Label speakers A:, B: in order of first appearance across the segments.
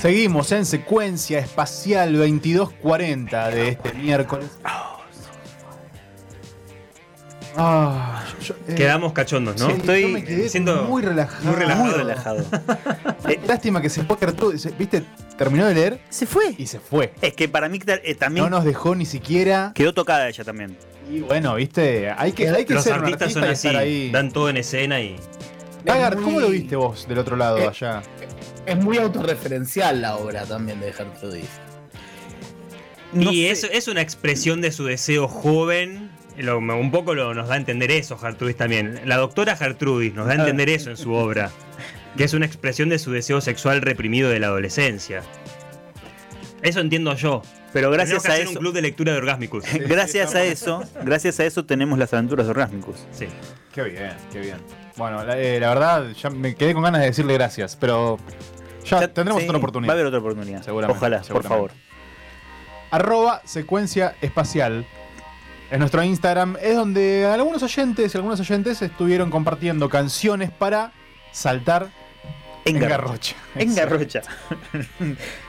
A: Seguimos en secuencia espacial 2240 de este miércoles. Ah, yo- yo- eh,
B: Quedamos cachondos, ¿no?
A: sí, yo me
B: Estoy
A: quedé
B: siendo
A: muy relajado.
B: muy relajado.
C: Muy relajado.
A: Eh, Lástima que se fue Gertrude, se- viste, terminó de leer
C: Se fue.
A: y se fue.
C: Es que para mí eh, también
A: No nos dejó ni siquiera.
C: quedó tocada ella también.
A: Y bueno, viste, hay que, hay que
B: Los
A: ser un
B: artistas
A: artista
B: son
A: y
B: así,
A: estar ahí.
B: dan todo en escena y
A: Taggart,
D: Es
A: ¿cómo
D: muy-
A: lo viste vos del otro lado
D: Eh,
A: allá?
D: Es muy autorreferencial la obra también de Gertrudis.
C: No
B: y
C: sé.
B: es, es una expresión de su deseo joven. Lo- un poco lo, nos da a entender eso Gertrudis también. La doctora Gertrudis nos da a
A: Ah.
B: entender eso en su obra. Que es una expresión de su deseo sexual reprimido de la adolescencia. Eso entiendo yo.
C: Pero
B: Tenemos
C: gracias
B: que
C: a
B: hacer un
C: eso.
B: club de lectura de orgásmicos.
C: Gracias a eso, gracias a eso tenemos las aventuras de Orgásmicos.
B: Sí.
A: Qué bien, qué bien. Bueno, la, eh, la verdad, ya me quedé con ganas de decirle gracias, pero ya,
C: Ya-
A: tendremos
C: sí,
A: otra
C: Va a
A: oportunidad.
C: haber otra oportunidad.
A: Seguramente,
C: Ojalá,
A: seguramente.
C: por favor.
A: Arroba secuencia espacial. En nuestro Instagram es donde algunos oyentes y algunas oyentes estuvieron compartiendo canciones para saltar en garrocha.
C: En
A: Exacto.
C: garrocha.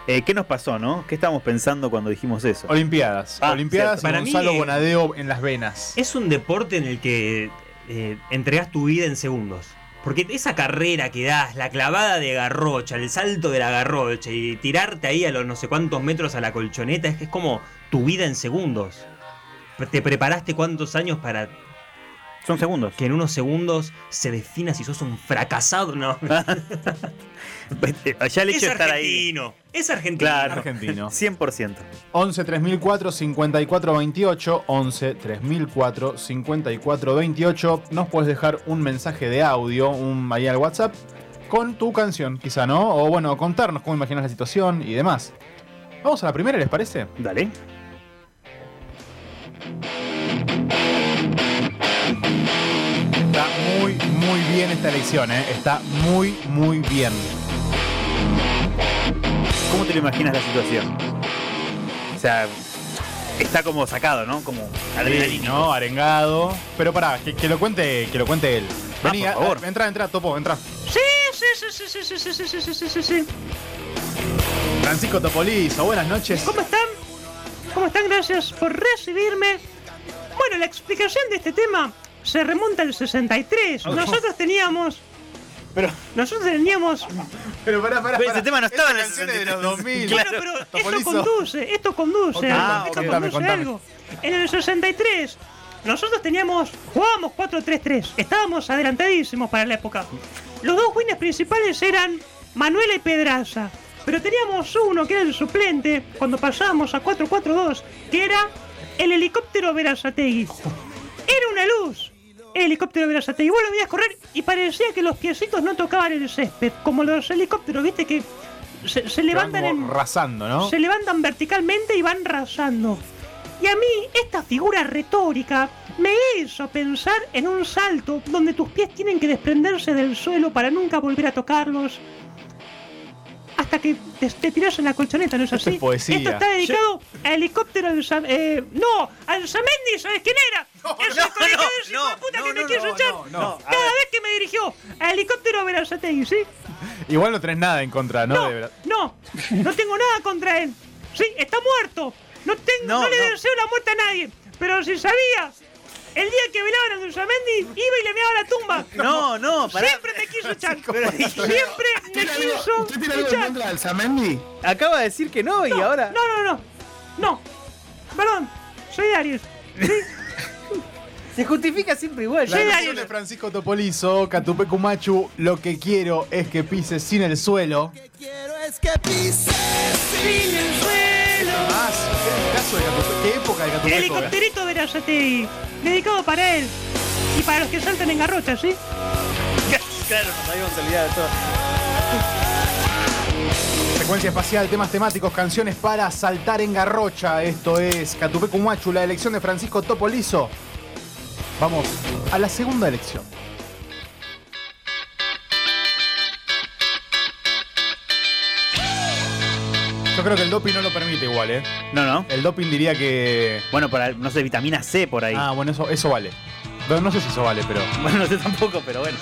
C: Eh, ¿Qué nos pasó, no? ¿Qué estábamos pensando cuando dijimos eso?
A: Olimpiadas.
C: Ah,
A: Olimpiadas
B: cierto.
A: y
B: Para mí,
A: Gonzalo
B: eh,
A: Bonadeo en las venas.
B: Es un deporte en el que eh, entregas tu vida en segundos. Porque esa carrera que das, la clavada de garrocha, el salto de la garrocha y tirarte ahí a los no sé cuántos metros a la colchoneta, es que es como tu vida en segundos. Te preparaste cuántos años para
C: Son segundos.
B: que en unos segundos se defina si sos un fracasado. No,
C: Ya el hecho
B: es
C: de estar ahí.
B: argentino. Es argentino.
C: Claro.
A: Argentino.
C: 100%.
A: 11 3004 54 28 11 3004 54 28 nos puedes dejar un mensaje de audio un ahí al WhatsApp con tu canción quizá no o bueno contarnos cómo imaginas la situación y demás vamos a la primera les parece
C: Dale.
A: está muy muy bien esta elección ¿eh? está muy muy bien
C: ¿Cómo te lo imaginas la situación? O sea, está como sacado, ¿no? Como
A: Sí,
C: adrenalina.
A: no arengado pero pará que, que lo cuente que lo cuente él
C: Ah,
A: Vení,
C: por
A: a-
C: favor.
A: entra entra topo entra Francisco Topolizo buenas noches
E: ¿Cómo están? ¿Cómo están? Gracias por recibirme. Bueno, la explicación de este tema se remonta al 63. Nosotros teníamos.
A: Pero-
E: Nosotros teníamos.
A: Pero pará, pará.
C: Pero
A: pará.
C: ese tema no
A: Esta
C: estaba en el
A: canción es de los 2000.
C: 63. Claro.
E: Pero esto
A: Topolizo.
E: conduce, esto conduce.
A: Ok,
C: Ah,
E: esto
C: ok.
A: Contame,
E: conduce
A: contame.
E: algo. En el 63, nosotros teníamos. Jugábamos 4-3-3. Estábamos adelantadísimos para la época. Los dos winners principales eran Manuela y Pedraza. Pero teníamos uno que era el suplente cuando pasábamos a 4-4-2, que era el helicóptero Verazategui. Era una luz. El helicóptero Verazategui. Vos lo veías correr y parecía que los piecitos no tocaban el césped. Como los helicópteros, viste que se, se
A: Que van
E: levantan
A: como
E: en,
A: Rasando, ¿no?
E: se levantan verticalmente y van rasando. Y a mí esta figura retórica me hizo pensar en un salto donde tus pies tienen que desprenderse del suelo para nunca volver a tocarlos. Hasta que te, te tiras en la colchoneta, ¿no es
A: Esto
E: así?
A: es poesía.
E: Esto está dedicado a helicóptero al Sam- eh, ¡No! ¡Al Samendi! ¿Sabes quién era? ¡Es el colegio de ese hijo de puta que me quiso echar! Cada vez que me dirigió a helicóptero Verazategui, ¿sí?
A: Igual no tenés nada en contra, ¿no? De verdad.
E: No, no tengo nada contra él. Sí, está muerto. No, tengo,
C: No,
E: no, le
C: no.
E: deseo la muerte a nadie. Pero si sabía, el día que velaban a Dulzamendi, iba y le meaba la tumba.
C: No, no, pará.
E: Siempre me quiso echar.
C: Pero-
E: Siempre me
D: ¿Tiene algo,
E: quiso
D: ¿Usted tiene algo en
E: echar.
D: contra del Samendi?
C: Acaba de decir que no y
E: No,
C: ahora.
E: No, no, no. No. Perdón, soy Aries.
C: Se justifica siempre igual.
A: La
E: Sí,
A: canción
E: ahí-
A: de Francisco Topolizo, Catupecu Machu, lo que quiero es que pises sin el suelo.
E: Sin el suelo.
A: Más, ¿qué Ah, caso de Catupe- ¿Qué época de
E: El
A: Catupecu? eh?
E: helicópterito Verazategui. Dedicado para él. Y para los que saltan en garrocha, ¿sí?
C: Claro, nos habíamos olvidado de todo.
A: Secuencia espacial, temas temáticos, canciones para saltar en garrocha. Esto es Catupecu Machu, la elección de Francisco Topolizo. Vamos a la segunda elección. Yo creo que el doping no lo permite igual, ¿eh?
C: No, no.
A: El doping diría que...
C: Bueno, para, no sé, vitamina C por ahí.
A: Ah, bueno, eso, eso vale. No, no sé si eso vale, pero...
C: Bueno, no sé tampoco, pero bueno.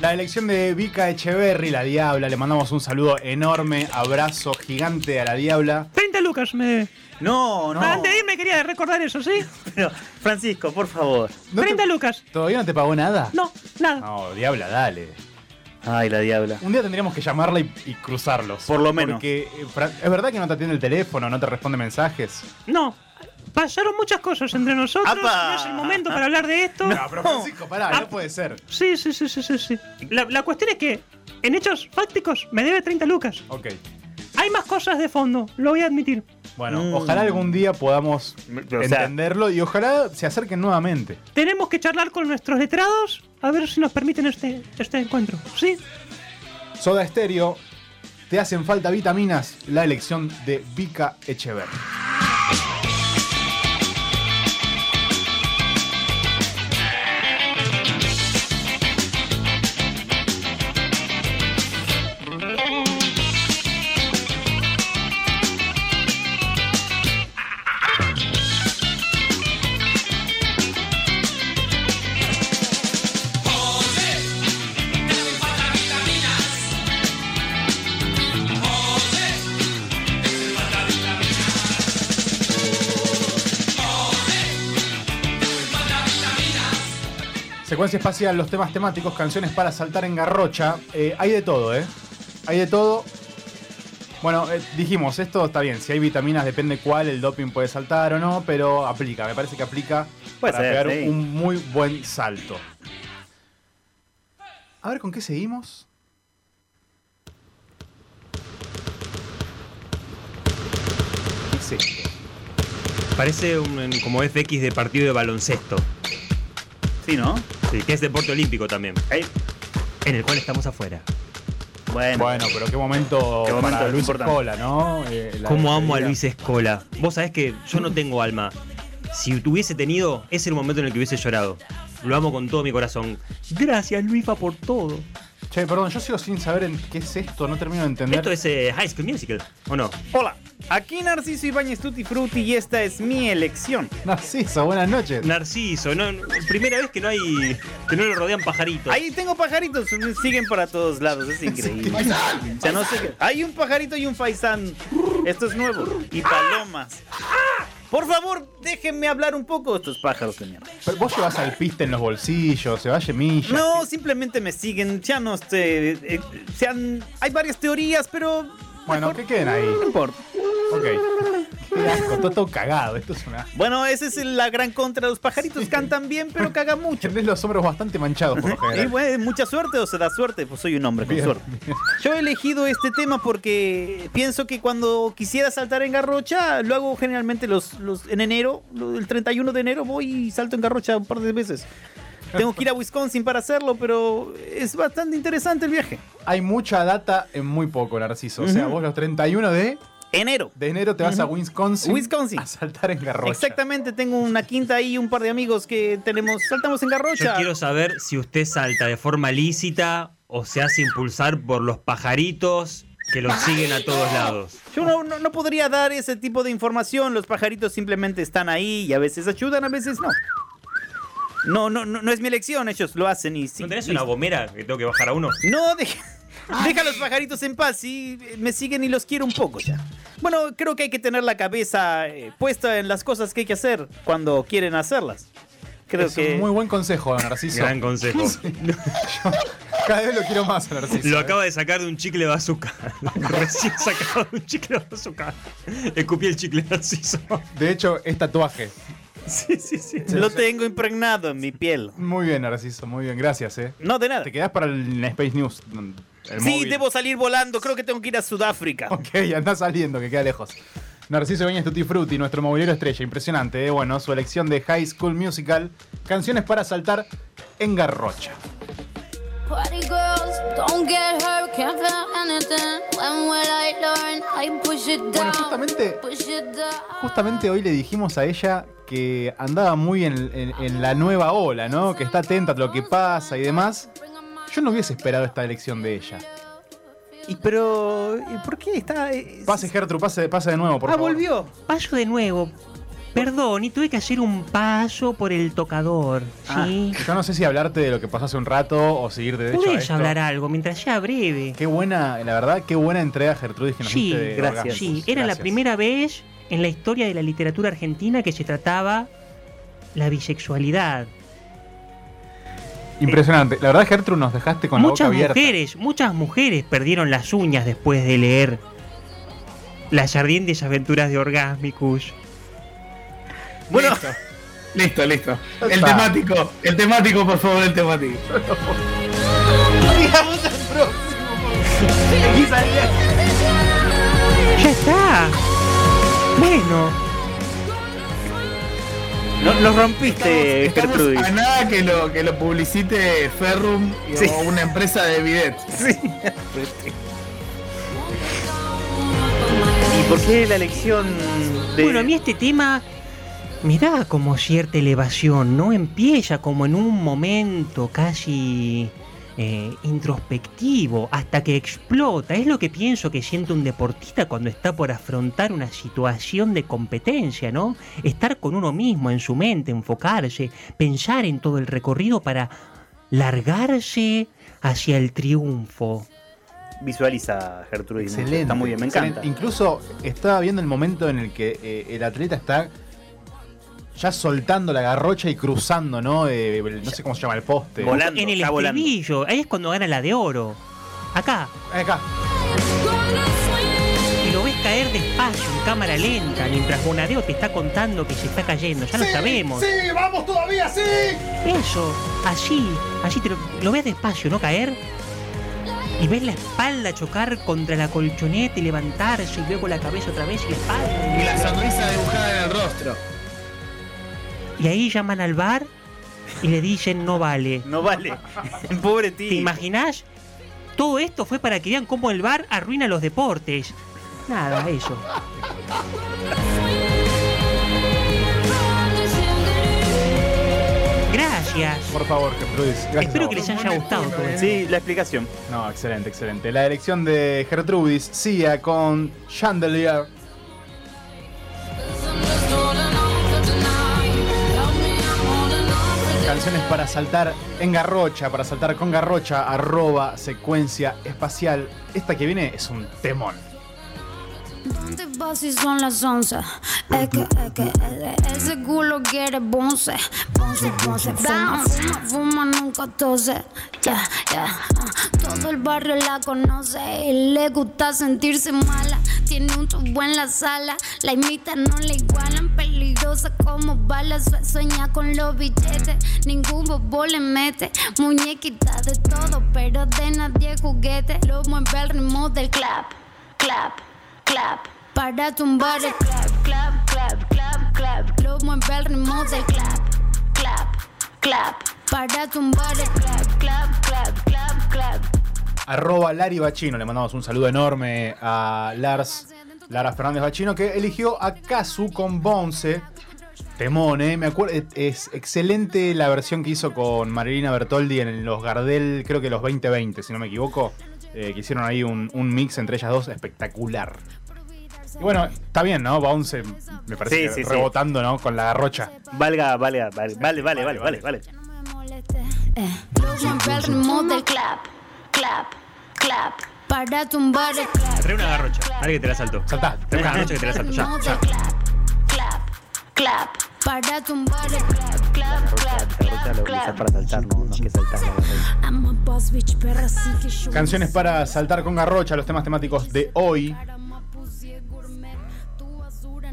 A: La elección de Vika Echeverry, la Diabla, le mandamos un saludo enorme, abrazo gigante a la Diabla.
E: 30 lucas me debe.
C: No, no.
E: Antes de irme quería recordar eso, ¿sí?
C: Pero, Francisco, por favor.
A: ¿No te-
E: 30 lucas.
A: ¿Todavía no te pagó nada?
E: No, nada.
A: No, Diabla, dale.
C: Ay, la diabla.
A: Un día tendríamos que llamarla y, y cruzarlos.
C: Por lo menos.
A: Porque eh, Fran- es verdad que no te atiende el teléfono, no te responde mensajes.
E: No. Pasaron muchas cosas entre nosotros.
C: ¡Apa!
E: No es el momento para hablar de esto.
A: pero Francisco, pará,
E: Ah.
A: no puede ser.
E: Sí, sí, sí, sí, sí. sí. La, la cuestión es que, en hechos fácticos, me debe 30 lucas.
A: Ok.
E: Hay más cosas de fondo, lo voy a admitir.
A: Bueno,
C: Mm.
A: ojalá algún día podamos
C: O sea-
A: entenderlo y ojalá se acerquen nuevamente.
E: Tenemos que charlar con nuestros letrados a ver si nos permiten este, este encuentro. ¿Sí?
A: Soda Estéreo, te hacen falta vitaminas, la elección de Vika Echeverry. Secuencia espacial, los temas temáticos, canciones para saltar en garrocha. Eh, hay de todo, ¿eh? Hay de todo. Bueno, eh, dijimos, esto está bien. Si hay vitaminas, depende cuál, el doping puede saltar o no, pero aplica. Me parece que aplica
C: Puede
A: para
C: ser,
A: pegar
C: sí.
A: un muy buen salto. A ver, ¿con qué seguimos? ¿Qué es esto?
B: Parece un, en- como FX de partido de baloncesto,
C: Sí, ¿no?
B: sí, que es deporte olímpico también,
C: Ahí.
B: en el cual estamos afuera.
C: Bueno.
A: Bueno, pero qué momento,
C: Qué momento
A: para Luis
C: importante.
A: Escola, ¿no? Eh, la
B: ¿Cómo amo a
A: despedida.
B: Luis Escola? Vos sabés que yo no tengo alma. Si tuviese tenido, es el momento en el que hubiese llorado. Lo amo con todo mi corazón. Gracias, Luifa, por todo.
A: Che, perdón, yo sigo sin saber en qué es esto, no termino de entender.
B: Esto es eh, High School Musical, ¿o no?
C: Hola. Aquí Narciso Ibáñez Tutti Frutti y esta es mi elección.
A: Narciso, buenas noches.
B: Narciso, no, no, primera vez que no hay. que no lo rodean pajaritos.
C: Ahí tengo pajaritos, me siguen para todos lados, es increíble. O sea, no sé qué- Hay un pajarito y un faisán. Esto es nuevo. Y palomas. Por favor, déjenme hablar un poco de estos pájaros de mierda.
A: Pero vos llevas al piste en los bolsillos, se va Yemilla.
C: No, simplemente me siguen. Ya no este, eh, se han- hay varias teorías, pero.
A: Bueno,
C: mejor-
A: que queden ahí.
C: No importa.
A: Ok. Qué asco, está todo cagado, esto es una.
C: Bueno, esa es la gran contra. Los pajaritos cantan bien, pero cagan mucho.
A: Tenés los hombros bastante manchados por lo
C: Y
A: general.
C: bueno, mucha suerte o se da suerte, pues soy un hombre con
A: Bien,
C: suerte. Yo he elegido este tema porque pienso que cuando quisiera saltar en garrocha, lo hago generalmente los, los en enero, lo- el 31 de enero voy y salto en garrocha un par de veces. Tengo que ir a Wisconsin para hacerlo, pero es bastante interesante el viaje.
A: Hay mucha data en muy poco, Narciso. O sea,
C: Ujú.
A: vos los 31 de,
C: Enero.
A: de enero te vas a Wisconsin.
C: Wisconsin.
A: A saltar en garrocha.
C: Exactamente, tengo una quinta ahí, un par de amigos que tenemos, saltamos en garrocha.
B: Yo quiero saber si usted salta de forma lícita o se hace impulsar por los pajaritos que lo siguen a todos lados.
C: Yo no, no- no podría dar ese tipo de información. Los pajaritos simplemente están ahí y a veces ayudan, a veces no. No, no, no, no es mi elección. Ellos lo hacen y sí.
B: ¿No tenés
C: listo.
B: una gomera que tengo que bajar a uno?
C: No, deja, deja a los pajaritos en paz. Sí, me siguen y los quiero un poco ya. Bueno, creo que hay que tener la cabeza eh, puesta en las cosas que hay que hacer cuando quieren hacerlas. Creo
A: Es
C: que.
A: un muy buen consejo, Narciso.
B: Gran consejo.
A: Cada vez lo quiero más, Narciso.
B: Lo
A: eh.
B: acaba de sacar de un chicle de azúcar. Recién sacado de un chicle de azúcar. Escupí el chicle Narciso.
A: De hecho, es tatuaje.
B: Sí, sí, sí.
C: Lo tengo impregnado en mi piel.
A: Muy bien, Narciso, muy bien. Gracias, eh.
C: No, de nada.
A: Te quedás para el Space News. mm, el
C: Sí,
A: móvil. Oh,
C: debo salir volando. Creo que tengo que ir a Sudáfrica.
A: Ok, anda saliendo, que queda lejos. Narciso Ibáñez Tutti Frutti, nuestro mobiliario estrella, impresionante, ¿eh? bueno, su elección de High School Musical, canciones para saltar en garrocha.
F: Party girls, don't get hurt, can't feel anything. When will I learn? I push it
A: Bueno,
F: down.
A: justamente-
F: push it down.
A: Justamente hoy le dijimos a ella que andaba muy en, en- en la nueva ola, ¿no? Que está atenta a lo que pasa y demás. Yo no hubiese esperado esta elección de ella.
C: Y pero, ¿y ¿por qué está? eh,
A: Pase, Gertrude, pase, pase de nuevo, por
C: ah,
A: favor.
C: volvió.
E: Paso de nuevo. Perdón, y tuve que hacer un paso por el tocador. ¿sí?
A: Yo no sé si hablarte de lo que pasó hace un rato o seguir de hecho Ah. a
E: Podés
A: esto.
E: hablar algo mientras sea breve.
A: Qué buena, la verdad, qué buena entrega, Gertrudis, que nos
E: Sí,
A: diste de
C: gracias.
A: orgasmos.
E: Sí, era
A: Gracias.
E: la primera vez en la historia de la literatura argentina que se trataba la bisexualidad.
A: Impresionante. La verdad, Gertrude, nos dejaste con
E: muchas
A: la boca abierta.
E: mujeres, muchas mujeres perdieron las uñas después de leer Las ardientes aventuras de Orgasmicus.
D: Bueno. Listo, listo.
A: Ya
D: El
A: está.
D: temático, el temático, por favor, el temático.
E: ¡Ya está! Bueno,
C: Lo, lo rompiste,
D: Estamos
C: Gertrudis.
D: a nada que lo, que lo publicite Ferrum y-
C: Sí.
D: o una empresa de bidet.
C: Sí. ¿Y por qué la elección de.?
E: bueno, a mí este tema me da como cierta elevación, ¿no? Empieza como en un momento casi eh, introspectivo, hasta que explota. Es lo que pienso que siente un deportista cuando está por afrontar una situación de competencia, ¿no? Estar con uno mismo en su mente, enfocarse, pensar en todo el recorrido para largarse hacia el triunfo.
C: Visualiza Gertrudis. mucho,
A: Excelente.
C: Está muy bien, me encanta.
A: Excelente. Incluso estaba viendo el momento en el que eh, el atleta está ya soltando la garrocha y cruzando, ¿no? Eh, el- no sé cómo se llama el poste.
C: Volando. Volando,
E: en el
C: está volando.
E: estribillo, ahí es cuando gana la de oro. Acá,
A: Acá.
E: Y lo ves caer despacio, en cámara lenta, mientras Bonadeo te está contando que se está cayendo, ya lo sabemos.
D: ¡Sí, vamos todavía, sí!
E: Eso, así, así te lo, lo ves despacio, ¿no? Caer. Y ves la espalda chocar contra la colchoneta y levantarse, y luego la cabeza otra vez y la espalda.
D: Y la sonrisa dibujada en el rostro.
E: Y ahí llaman al bar y le dicen no vale.
C: No vale. Pobre
E: ¿Te
C: tío.
E: imaginás? Todo esto fue para que vean cómo el bar arruina los deportes. Nada, eso. Gracias.
A: Por favor, Gertrudis. Gracias
E: Espero
A: a
E: que
A: vos.
E: les haya gustado todo esto.
C: Sí, la explicación.
A: No, excelente, excelente. La elección de Gertrudis, Sia con Chandelier. Canciones para saltar en garrocha, para saltar con garrocha, arroba, secuencia espacial. Esta que viene es un temón.
F: ¿Dónde vas si son las 11? Es que, es que, es- ese culo quiere bonce. Bonce, bonce, fuma, fuma, fuma, nunca tose. Ya, ya. ah. Todo el barrio la conoce y le gusta sentirse mala. Tiene un tubo en la sala, la imitan, no la igualan. Peligrosa como bala, sue- sueña con los billetes. Ningún bobo le mete. Muñequita de todo, pero de nadie juguete. Lo mueve el ritmo del clap, clap clap. Para tumbar el clap, clap, clap, clap, clap. Lo mueve el ritmo del clap, clap, clap. Para tumbar el clap, clap, clap, clap, clap.
A: Arroba Lari Bachino. Le mandamos un saludo enorme a Lars, Lara Fernández Bachino, que eligió a Kazu con Bonce. Temón, ¿eh? Me acuerdo, es- es excelente la versión que hizo con Marilina Bertoldi en los Gardel, creo que los 2020, si no me equivoco. eh, que hicieron ahí un, un mix entre ellas dos espectacular. Y bueno, está bien, ¿no? Bonce, me parece
C: Sí,
A: que
C: sí, sí.
A: rebotando, ¿no? Con la garrocha.
C: Valga, valga, vale, vale, vale, vale, vale. vale.
F: Ya no me moleste. eh. Lo mueve el ritmo del clap, clap, clap. Para tumbar el clap.
B: Trae una garrocha. Dale que te la salto.
A: Saltá.
B: Trae una garrocha que te la salto. Ya.
F: ritmo del clap, clap, clap. Para tumbar el clap, clap, clap, clap, clap.
C: saltar, no, que saltar.
F: I'm a boss bitch, perra, así que yo-
A: Canciones para saltar con garrocha, los temas temáticos de hoy.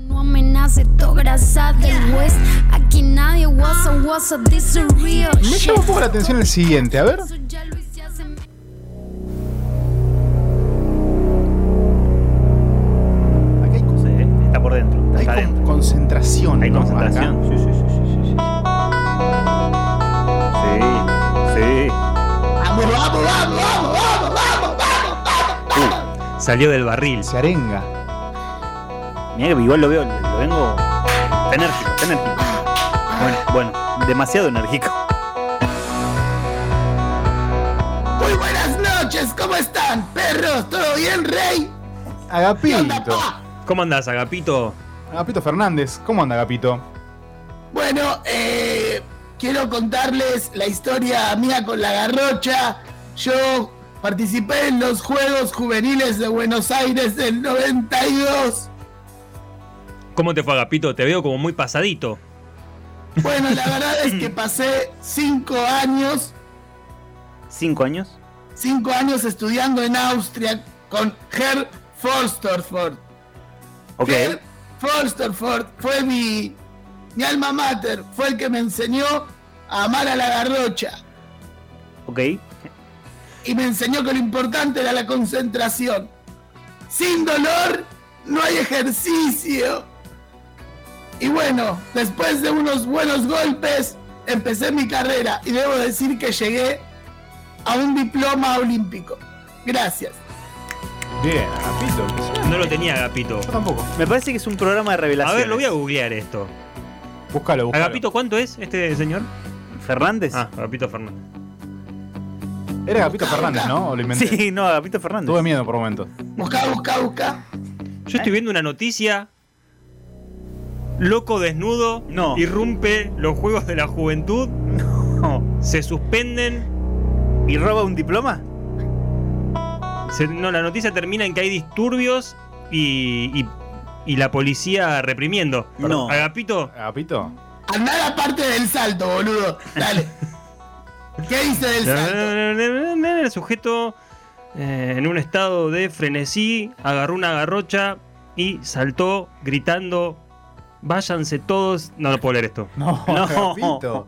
F: No amenace tu grasa del West. Aquí nadie wasa wasa, this is real.
A: Me
F: shit.
A: llama un poco la atención el siguiente, a ver.
F: Eso ya lo hice hace meses.
A: Aquí hay cosas.
C: ¿eh? Está por dentro.
A: Hay
C: Está
A: con-
C: adentro.
A: concentración.
C: Hay
A: ¿no?
C: concentración.
A: Acá.
C: Sí, sí, sí, sí, sí, sí. Sí, sí.
D: ¡Vamos, vamos!
B: Uh, Salió del barril.
A: Se arenga.
C: Mira que igual lo veo, lo vengo. Está enérgico, está enérgico. Bueno, bueno, demasiado enérgico.
D: Muy buenas noches, ¿cómo están, perros? ¿Todo bien, rey? ¿Qué onda,
A: Agapito.
D: pa?
B: ¿Cómo andás, Agapito?
A: Agapito Fernández. ¿Cómo anda, Agapito?
D: Bueno, eh, quiero contarles la historia mía con la garrocha. Yo participé en los Juegos Juveniles de Buenos Aires del 92.
B: ¿Cómo te fue, Agapito? Te veo como muy pasadito.
D: Bueno, la verdad es que pasé cinco años,
C: ¿Cinco años?
D: cinco años estudiando en Austria con Herr Forsterford.
C: Ok.
D: Herr Forsterford fue mi, mi alma mater, fue el que me enseñó a amar a la garrocha.
C: Ok.
D: y me enseñó que lo importante era la concentración. Sin dolor no hay ejercicio. Y bueno, después de unos buenos golpes, empecé mi carrera y debo decir que llegué a un diploma olímpico. Gracias.
A: Bien, Agapito. impresionante.
B: No lo tenía, Agapito.
A: Yo tampoco.
C: Me parece que es un programa de
B: A
C: revelación.
B: ver, lo voy a googlear esto.
A: Búscalo, búscalo.
B: Agapito, ¿cuánto es este señor?
C: ¿Fernández?
B: Ah, Agapito Fernández.
A: Era Agapito Fernández, ¿no? ¿O lo inventé?
C: sí, no, Agapito Fernández.
A: Tuve miedo por un momento.
D: Busca, busca, busca.
B: Yo estoy viendo una noticia. Loco desnudo
C: No.
B: irrumpe los juegos de la juventud,
C: No.
B: se suspenden.
C: ¿Y roba un diploma?
B: se- no, la noticia termina en que hay disturbios y, y- y la policía reprimiendo.
C: No.
B: Agapito,
A: Agapito.
D: Andá a la parte del salto, boludo. Dale. ¿Qué dice del salto?
B: El sujeto, eh, en un estado de frenesí, agarró una garrocha y saltó gritando: Váyanse todos. No, no puedo leer esto.
A: No,
C: No.
A: Agapito.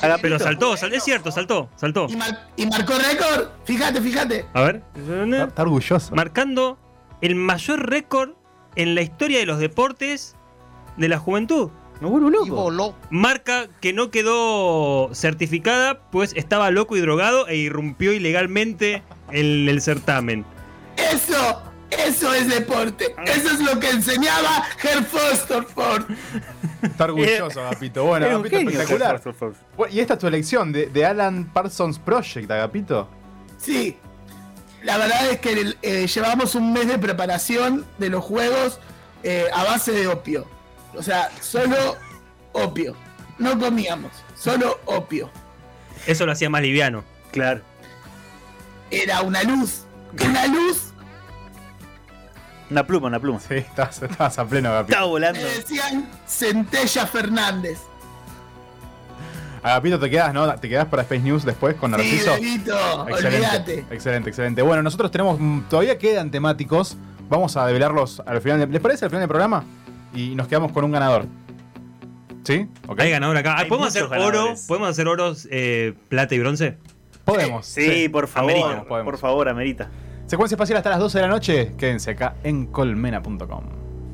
C: Agapito.
B: Pero saltó, sal- es cierto, saltó, saltó.
D: Y, mar- y marcó récord. Fíjate, fíjate.
B: A ver.
C: ¿Eh?
A: Está, está orgulloso.
B: Marcando el mayor récord en la historia de los deportes de la juventud.
C: Me vuelvo
G: Y
C: loco.
G: voló.
B: Marca que no quedó certificada, pues estaba loco y drogado e irrumpió ilegalmente en el certamen.
D: Eso, eso es deporte. Eso es lo que enseñaba Herr Forsterford.
A: Está orgulloso, Agapito. Bueno,
C: Era un
A: Agapito,
C: genio.
A: espectacular. Bueno, Y esta es tu elección de, de Alan Parsons Project, Agapito.
D: Sí. La verdad es que eh, llevamos un mes de preparación de los juegos eh, a base de opio. O sea, solo opio. No comíamos, solo opio.
B: Eso lo hacía más liviano.
C: Claro.
D: Era una luz. Una luz.
C: Una pluma, una pluma.
A: Sí, estás, estás a pleno,
C: Estaba
A: Agapito.
D: Me
C: volando.
D: decían Centella Fernández.
A: Agapito, te quedás, ¿no? Te quedás para Space News después con
D: Sí,
A: Narciso.
D: bebito, Ah, olvídate.
A: Excelente, excelente, excelente. Bueno, nosotros tenemos, mm, todavía quedan temáticos. Vamos a develarlos al final. de- ¿Les parece al final del programa? Y nos quedamos con un ganador. ¿Sí? ¿Ok?
B: Hay ganador acá. Ah,
C: Hay
B: ¿Podemos hacer
C: muchos
B: oro?
C: ganadores.
B: ¿Podemos hacer oros, eh, plata y bronce?
A: Podemos.
C: Sí, por favor.
A: Amerita, podemos.
C: Por favor, amerita.
A: Secuencia espacial hasta las 12 de la noche. Quédense acá en colmena.com.